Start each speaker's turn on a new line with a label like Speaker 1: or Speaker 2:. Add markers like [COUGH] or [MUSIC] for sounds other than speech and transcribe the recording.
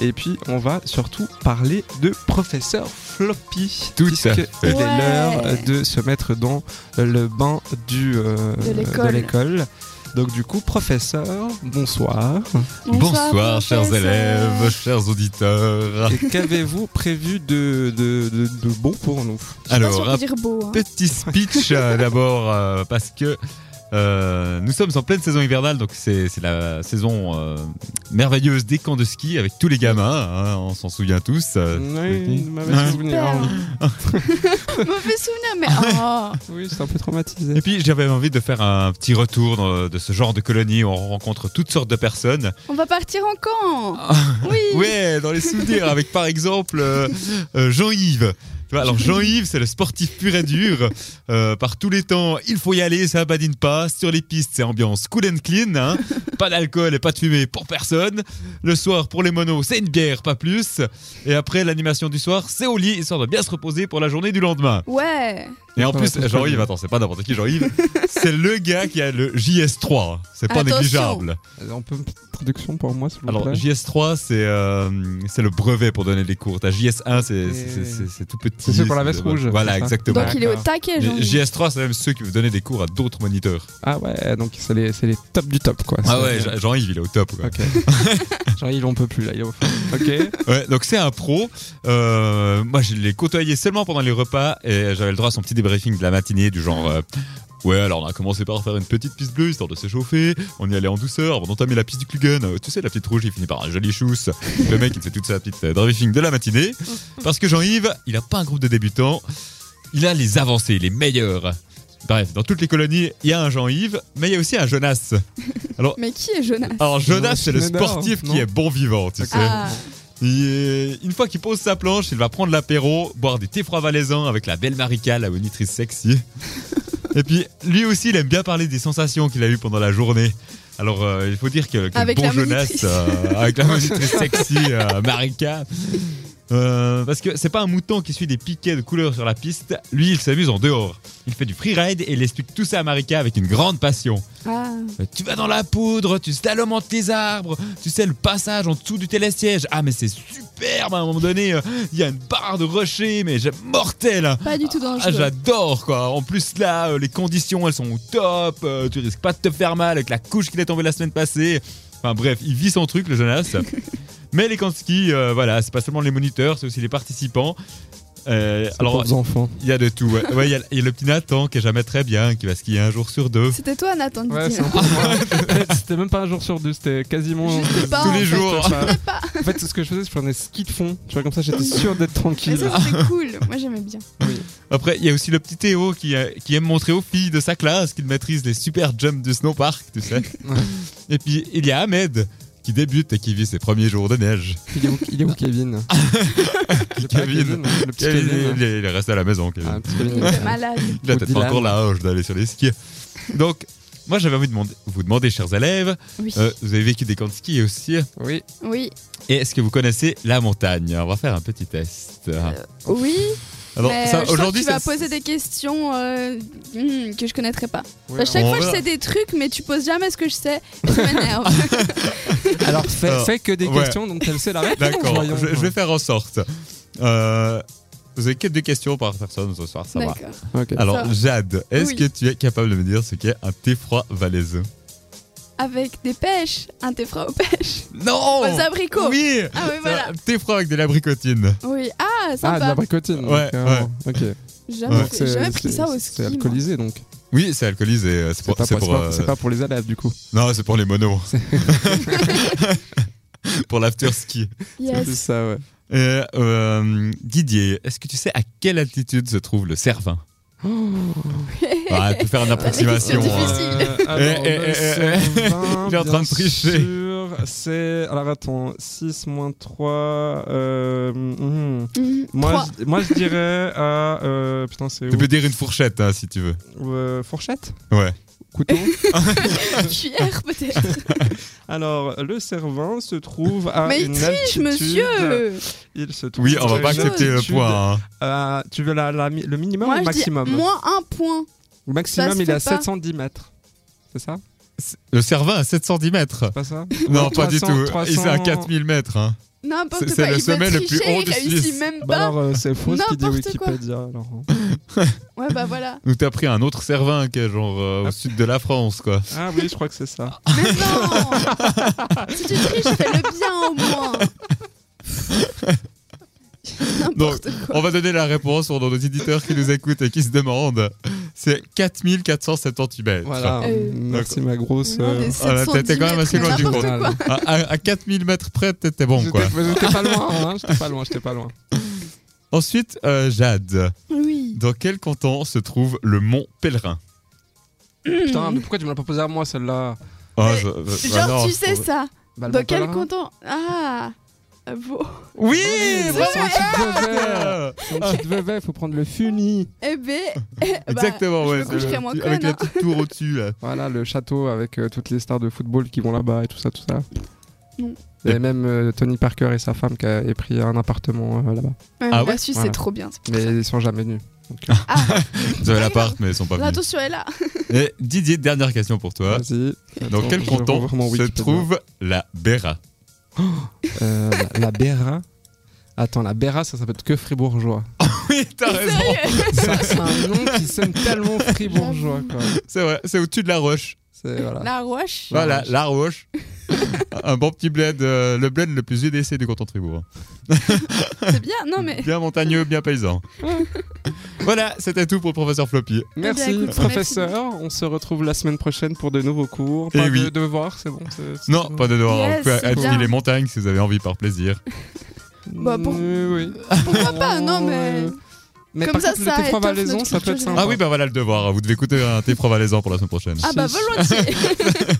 Speaker 1: Et puis, on va surtout parler de professeur Floppy.
Speaker 2: Tout à
Speaker 1: puisque
Speaker 2: fait.
Speaker 1: Il
Speaker 3: Ouais.
Speaker 1: est l'heure de se mettre dans le bain du, euh,
Speaker 3: De l'école.
Speaker 1: l'école. Donc, du coup, professeur, bonsoir.
Speaker 2: Bonsoir, chers
Speaker 3: professeur.
Speaker 2: élèves, chers auditeurs.
Speaker 1: Et qu'avez-vous prévu de, de, de- de bon pour nous
Speaker 3: Je sais pas si on
Speaker 2: Alors,
Speaker 3: peut dire beau. hein.
Speaker 2: [LAUGHS] petit speech euh, d'abord euh, parce que euh, nous sommes en pleine saison hivernale, donc c'est c'est la saison euh, merveilleuse des camps de ski avec tous les gamins, hein, on s'en souvient tous. euh,
Speaker 1: Mm. Oui,
Speaker 2: petit.
Speaker 1: une mauvaise souvenir.
Speaker 3: Mauvais souvenir, mais
Speaker 2: [LAUGHS]
Speaker 3: oh,
Speaker 1: Oui, c'est un peu traumatisé.
Speaker 2: Et puis j'avais envie de faire un petit retour dans- de ce genre de colonie où on rencontre toutes sortes de personnes.
Speaker 3: on va partir en
Speaker 2: Ah,
Speaker 3: camp. Oui.
Speaker 2: Ouais, dans les souvenirs, avec par exemple euh, euh, Jean-Yves. Tu vois, Alors Jean-Yves, c'est le sportif pur et dur. Euh, par tous les temps, il faut y aller, ça badine pas. Sur les pistes, c'est ambiance cool and clean. hein. Pas d'alcool et pas de fumée pour personne. Le soir, pour les monos, c'est une bière, pas plus. Et après, l'animation du soir, c'est au lit, histoire de bien se reposer pour la journée du lendemain.
Speaker 3: Ouais.
Speaker 2: Et en
Speaker 1: Ouais,
Speaker 2: plus,
Speaker 1: tout à fait.
Speaker 2: Jean-Yves, attends, c'est pas n'importe qui Jean-Yves, c'est le gars qui a le JS3. C'est pas
Speaker 3: Attention.
Speaker 2: négligeable.
Speaker 1: Un peu de production pour moi, s'il vous
Speaker 2: Alors,
Speaker 1: plaît.
Speaker 2: JS3, c'est euh, c'est le brevet pour donner des cours. T'as JS1, c'est-
Speaker 1: Et-
Speaker 2: c'est c'est- c'est- c'est tout petit.
Speaker 1: C'est ceux qui ont la veste
Speaker 2: c'est-
Speaker 1: rouge,
Speaker 2: Voilà,
Speaker 1: c'est ça
Speaker 2: exactement.
Speaker 3: Donc il est au
Speaker 1: D'accord.
Speaker 3: taquet,
Speaker 2: Mais
Speaker 3: jean
Speaker 2: JS3, c'est même ceux qui veulent donner des cours à d'autres moniteurs.
Speaker 1: Ah ouais, donc c'est les, c'est les tops du top, quoi.
Speaker 2: Ah
Speaker 1: C'est-
Speaker 2: ouais, Jean- Jean-Yves, il est au top. quoi.
Speaker 1: Ok. Genre, il en peut plus, là, il est au fond. Ok.
Speaker 2: Ouais, donc c'est un pro. Euh, moi, je l'ai côtoyé seulement pendant les repas et j'avais le droit à son petit débriefing de la matinée du genre. euh, Ouais, alors on a commencé par faire une petite piste bleue histoire de s'échauffer. On y allait en douceur. On entamait la piste du Klugen. Euh, tu sais, la petite rouge, il finit par un joli chousse. Le mec, il fait toute sa petite euh, briefing de la matinée. Parce que Jean-Yves, il a pas un groupe de débutants. Il a les avancés, les meilleurs. Bref, dans toutes les colonies, il y a un Jean-Yves, mais il y a aussi un Jonas.
Speaker 3: Mais qui est Jonas
Speaker 2: Alors, Jonas, c'est le
Speaker 1: Schneider,
Speaker 2: sportif
Speaker 1: non
Speaker 2: qui est bon vivant, tu sais.
Speaker 3: Ah,
Speaker 2: Il est- euh, une fois qu'il pose sa planche, il va prendre l'apéro, boire des thés froids valaisans avec la belle Marika, la monitrice
Speaker 3: [LAUGHS]
Speaker 2: sexy. Et puis, lui aussi, il aime bien parler des sensations qu'il a eues pendant la journée. Alors, euh, il faut dire que, que le
Speaker 3: Avec
Speaker 2: bon
Speaker 3: la
Speaker 2: Jonas,
Speaker 3: monitrice.
Speaker 2: euh, avec la monitrice sexy, euh, Marika. euh, parce que c'est pas un mouton qui suit des piquets de couleurs sur la piste. Lui, il s'amuse en dehors. Il fait du freeride et il explique tout ça à Marika avec une grande passion.
Speaker 3: ah.
Speaker 2: Euh, Tu vas dans la poudre, tu slalomentes les arbres, tu sais le passage en dessous du télésiège. Ah mais c'est superbe à un moment donné, euh, il y a une barre de rocher, mais j'ai mortel.
Speaker 3: pas du tout
Speaker 2: Ah,
Speaker 3: dangereux.
Speaker 2: j'adore quoi. En plus là, euh, les conditions elles sont au top, euh, tu risques pas de te faire mal avec la couche qu'il est tombée la semaine passée. Enfin bref, il vit son truc le Jonas. mais les camps de ski, euh, voilà, c'est pas seulement les moniteurs, c'est aussi les participants. Euh,
Speaker 1: Alors,
Speaker 2: alors
Speaker 1: enfants.
Speaker 2: il y a de tout. ouais. Ouais, Il y, a- il y a le petit Nathan qui est jamais très bien, qui va skier un jour sur deux.
Speaker 3: C'était toi, Nathan,
Speaker 1: Ouais,
Speaker 3: dis-tu.
Speaker 1: c'est un peu moi. [LAUGHS] C'était même pas un jour sur deux, c'était quasiment.
Speaker 3: Je sais pas,
Speaker 2: Tous
Speaker 3: en
Speaker 2: les
Speaker 3: fait.
Speaker 2: jours.
Speaker 1: En fait, ce que je faisais, c'est que je prenais ski de fond. Tu vois, comme ça, j'étais
Speaker 3: [LAUGHS]
Speaker 1: sûr d'être
Speaker 3: Mais
Speaker 1: tranquille.
Speaker 3: ça,
Speaker 2: [LAUGHS]
Speaker 3: c'était cool. Moi, j'aimais bien.
Speaker 2: Après, il y a aussi le petit Théo qui, euh, qui aime montrer aux filles de sa classe qu'il maîtrise les super jumps du snowpark, tu
Speaker 3: [LAUGHS]
Speaker 2: sais. et puis, il y a Ahmed qui débute et qui vit ses premiers jours de neige.
Speaker 1: Il est où, il est où,
Speaker 3: [LAUGHS]
Speaker 1: Kevin Il est pas là,
Speaker 2: Kevin.
Speaker 1: Le petit
Speaker 2: Il, il-
Speaker 3: hein?
Speaker 1: Kevin.
Speaker 2: il est il est resté à la maison, Kevin.
Speaker 1: Ah, un petit
Speaker 3: Il
Speaker 1: Kevin.
Speaker 3: était malade.
Speaker 2: il a
Speaker 1: ou
Speaker 2: peut-être pas
Speaker 1: Dylan.
Speaker 2: encore la hoche d'aller sur les skis. Donc, moi, j'avais envie de demander- vous demander, chers élèves,
Speaker 3: Oui.
Speaker 2: euh, vous avez vécu des camps de ski aussi.
Speaker 1: Oui.
Speaker 3: Oui.
Speaker 2: Et est-ce que vous connaissez la montagne On va faire un petit test.
Speaker 3: Oui.
Speaker 2: Alors,
Speaker 3: Euh, mais,
Speaker 2: ça,
Speaker 3: euh, je sens que
Speaker 2: aujourd'hui,
Speaker 3: tu vas
Speaker 2: ça-
Speaker 3: poser des questions euh, hmm, que je connaîtrais pas.
Speaker 1: oui.
Speaker 3: À chaque
Speaker 2: On
Speaker 3: fois, je
Speaker 2: verra.
Speaker 3: sais des trucs, mais tu poses jamais ce que
Speaker 2: [LAUGHS]
Speaker 3: je sais. Ça m'énerve.
Speaker 1: Alors, fais,
Speaker 3: Ah.
Speaker 2: Alors,
Speaker 1: fais que des
Speaker 2: ouais.
Speaker 1: questions dont elle sait la réponse.
Speaker 2: D'accord,
Speaker 1: voyons.
Speaker 2: je, je vais faire en sorte. Euh, vous avez que deux questions par personne ce soir, ça va.
Speaker 3: D'accord.
Speaker 1: Ok.
Speaker 2: Alors,
Speaker 3: Ça.
Speaker 2: Jade, est-ce
Speaker 3: Oui.
Speaker 2: que tu es capable de me dire ce qu'est un thé froid valaiseux
Speaker 3: Avec des pêches, un thé froid aux pêches,
Speaker 2: Non
Speaker 3: aux abricots.
Speaker 2: Oh, Oui
Speaker 3: Ah oui, voilà.
Speaker 2: Un Thé froid avec de l'abricotine.
Speaker 3: Oui. Ah,
Speaker 1: Ah, de la
Speaker 3: sympa. Ah,
Speaker 1: bricotine.
Speaker 2: Ouais,
Speaker 1: carrément. Ok.
Speaker 3: J'ai
Speaker 2: Ouais.
Speaker 3: jamais,
Speaker 1: Donc,
Speaker 3: fait-
Speaker 1: c'est-
Speaker 3: jamais pris
Speaker 1: c'est-
Speaker 3: ça au ski.
Speaker 1: C'est
Speaker 3: moi.
Speaker 1: alcoolisé donc.
Speaker 2: Oui, c'est alcoolisé. euh, C'est
Speaker 1: C'est
Speaker 2: pour,
Speaker 1: pas,
Speaker 2: c'est
Speaker 1: pour-
Speaker 2: pour,
Speaker 1: c'est pas-
Speaker 2: euh,
Speaker 1: c'est pas pour les élèves du coup.
Speaker 2: Non, c'est pour les
Speaker 1: [LAUGHS]
Speaker 2: monos. [LAUGHS] pour l'after ski.
Speaker 1: C'est
Speaker 3: Yes.
Speaker 1: ça, ouais.
Speaker 2: Et, euh, Didier, est-ce que tu sais à quelle altitude se trouve le Cervin ah, Tu peux faire une approximation.
Speaker 3: Oh. [LAUGHS] C'est
Speaker 2: hein.
Speaker 3: difficile.
Speaker 1: Euh, alors,
Speaker 2: Eh, eh,
Speaker 1: le
Speaker 2: eh, eh,
Speaker 1: Saint-Vain,
Speaker 2: Il est en train de
Speaker 1: bien
Speaker 2: tricher.
Speaker 1: sûr, C'est. Alors attends, 6 moins 3. Euh... mhm.
Speaker 3: Mhm.
Speaker 1: Moi,
Speaker 3: Trois.
Speaker 1: je, moi, je dirais à. euh, Putain, c'est
Speaker 2: Tu
Speaker 1: où
Speaker 2: peux dire une fourchette hein, si tu veux.
Speaker 1: Euh, Fourchette
Speaker 2: Ouais.
Speaker 1: Couteau
Speaker 3: cuillère peut-être.
Speaker 2: [LAUGHS]
Speaker 1: Alors, le Cervin se trouve à.
Speaker 3: Mais il
Speaker 1: une
Speaker 3: triche,
Speaker 1: altitude.
Speaker 3: monsieur
Speaker 1: Il se trouve
Speaker 2: Oui, on va
Speaker 1: à
Speaker 2: pas
Speaker 1: une
Speaker 2: accepter le
Speaker 1: altitude,
Speaker 2: point. hein.
Speaker 1: euh, tu veux la, la mi- le minimum ou
Speaker 3: Moi,
Speaker 1: le
Speaker 3: je dis
Speaker 1: maximum
Speaker 3: moins un point.
Speaker 1: Le maximum,
Speaker 3: Ça se
Speaker 1: il est à
Speaker 3: fait pas.
Speaker 1: 710 mètres. C'est ça
Speaker 2: Le Cervin à 710 mètres.
Speaker 1: Pas ça
Speaker 2: [LAUGHS] Non, pas du
Speaker 1: 300,
Speaker 2: tout. Il est à
Speaker 1: 300.
Speaker 2: 4000 mètres. hein.
Speaker 3: N'importe
Speaker 2: C'est-
Speaker 3: quoi.
Speaker 2: c'est le
Speaker 3: il veut
Speaker 2: sommet le plus
Speaker 3: tricher,
Speaker 2: haut
Speaker 3: il
Speaker 2: du
Speaker 3: réussit
Speaker 2: Suisse.
Speaker 3: même
Speaker 1: Bah
Speaker 3: pas.
Speaker 1: alors, euh, c'est faux ce qu'il dit
Speaker 3: N'importe quoi.
Speaker 1: Wikipédia. alors, hein.
Speaker 3: Ouais, bah voilà.
Speaker 2: Nous t'as pris un autre Servin qui est genre euh, au
Speaker 1: Ah.
Speaker 2: sud de la France, quoi.
Speaker 1: Ah oui, je crois que c'est ça.
Speaker 3: Mais non
Speaker 2: [LAUGHS]
Speaker 3: Si tu triches, fais le bien au moins. N'importe quoi.
Speaker 2: On va donner la réponse pour nos auditeurs qui nous écoutent et qui se demandent. C'est 4470 mètres.
Speaker 1: Voilà.
Speaker 3: Euh,
Speaker 1: Merci ma grosse.
Speaker 3: Non,
Speaker 1: euh,
Speaker 3: mais
Speaker 2: Ah, là,
Speaker 3: 710
Speaker 2: t'étais quand même assez loin
Speaker 3: mètres,
Speaker 2: du
Speaker 3: n'importe
Speaker 2: compte.
Speaker 3: quoi.
Speaker 2: À, à- à 4000 mètres près, t'étais bon, quoi.
Speaker 1: J'étais j'étais pas loin, hein, j'étais pas loin, j'étais pas loin.
Speaker 2: Ensuite, euh, Jade.
Speaker 3: Oui.
Speaker 2: Dans quel canton se trouve le mont Pèlerin
Speaker 3: Hmm.
Speaker 1: Putain, mais pourquoi tu me l'as pas posé à moi celle-là
Speaker 2: Ah,
Speaker 3: Mais,
Speaker 2: ça- ça-
Speaker 3: Genre,
Speaker 2: ah, non,
Speaker 3: tu
Speaker 2: je
Speaker 3: sais
Speaker 2: trouve-
Speaker 3: ça.
Speaker 1: Bah, le
Speaker 3: Dans
Speaker 1: Mont
Speaker 3: quel
Speaker 1: Pèlerin.
Speaker 3: canton Ah euh, Vaud.
Speaker 2: Oui
Speaker 1: C'est
Speaker 2: bravo,
Speaker 1: un petit devait.
Speaker 2: Jade
Speaker 1: C'est un petit devait, faut prendre le funi.
Speaker 3: Eh ben. eh, bah,
Speaker 2: Exactement, ouais.
Speaker 3: Je me
Speaker 2: c'est
Speaker 3: coucherai
Speaker 2: le
Speaker 3: moins
Speaker 2: petit-
Speaker 3: conne,
Speaker 2: avec la
Speaker 3: hein.
Speaker 2: petite tour au-dessus,
Speaker 3: [LAUGHS]
Speaker 2: là.
Speaker 1: Voilà, le château avec euh, toutes les stars de football qui vont là-bas et tout ça, tout ça.
Speaker 3: Non.
Speaker 1: Il y a même euh, Tony Parker et sa femme qui a est pris un appartement euh, là-bas.
Speaker 3: Ouais,
Speaker 2: Ah
Speaker 3: mais
Speaker 2: ouais
Speaker 3: La Suisse,
Speaker 1: Voilà.
Speaker 3: c'est trop bien. c'est pour
Speaker 1: Mais
Speaker 3: ça.
Speaker 1: ils sont jamais venus.
Speaker 3: Ah,
Speaker 2: Ils avaient l'appart, mais ils sont pas venus.
Speaker 3: l'attention est là.
Speaker 2: Et Didier, dernière question pour toi.
Speaker 1: Vas-y.
Speaker 2: Dans
Speaker 1: Attends,
Speaker 2: quel
Speaker 1: je vais
Speaker 2: canton
Speaker 1: ouvrir mon
Speaker 2: se
Speaker 1: Wikipédia.
Speaker 2: trouve la Béra
Speaker 1: Euh, la, la Béra. Attends, la Béra, ça s'appelle que fribourgeois.
Speaker 2: [LAUGHS] Oui, t'as
Speaker 3: [LAUGHS]
Speaker 2: raison.
Speaker 1: Ça, C'est un nom qui sonne tellement fribourgeois, quoi.
Speaker 2: C'est vrai, c'est au-dessus de la Roche.
Speaker 1: C'est voilà.
Speaker 3: La Roche.
Speaker 1: La
Speaker 2: voilà,
Speaker 1: Roche.
Speaker 2: la Roche. [LAUGHS] Un bon petit bled, euh, le bled le plus UDC du canton de Fribourg.
Speaker 3: C'est bien, non mais.
Speaker 2: Bien montagneux, bien [LAUGHS] paysan. voilà, c'était tout pour le professeur Floppy.
Speaker 1: Merci,
Speaker 3: Eh bien, écoute,
Speaker 1: professeur. On se retrouve la semaine prochaine pour de nouveaux cours. Pas
Speaker 2: Eh oui.
Speaker 1: de devoirs, c'est bon. c'est- c'est
Speaker 2: Non,
Speaker 1: bon.
Speaker 2: pas de devoir.
Speaker 3: Yes,
Speaker 2: vous pouvez
Speaker 3: c'est bien.
Speaker 2: admirer les montagnes si vous avez envie par plaisir.
Speaker 3: Bah, pour-
Speaker 1: Euh, oui.
Speaker 3: Pourquoi pas Non mais.
Speaker 1: Mais
Speaker 3: Comme
Speaker 1: par
Speaker 3: ça,
Speaker 1: contre,
Speaker 3: ça
Speaker 1: le T3
Speaker 3: étoffe notre
Speaker 1: Valaisan, ça peut
Speaker 3: culture
Speaker 1: être
Speaker 3: générale.
Speaker 1: sympa.
Speaker 2: Ah oui, bah voilà le devoir. Vous devez écouter un thé provalaisan pour la semaine prochaine.
Speaker 3: Ah bah
Speaker 1: Si.
Speaker 3: volontiers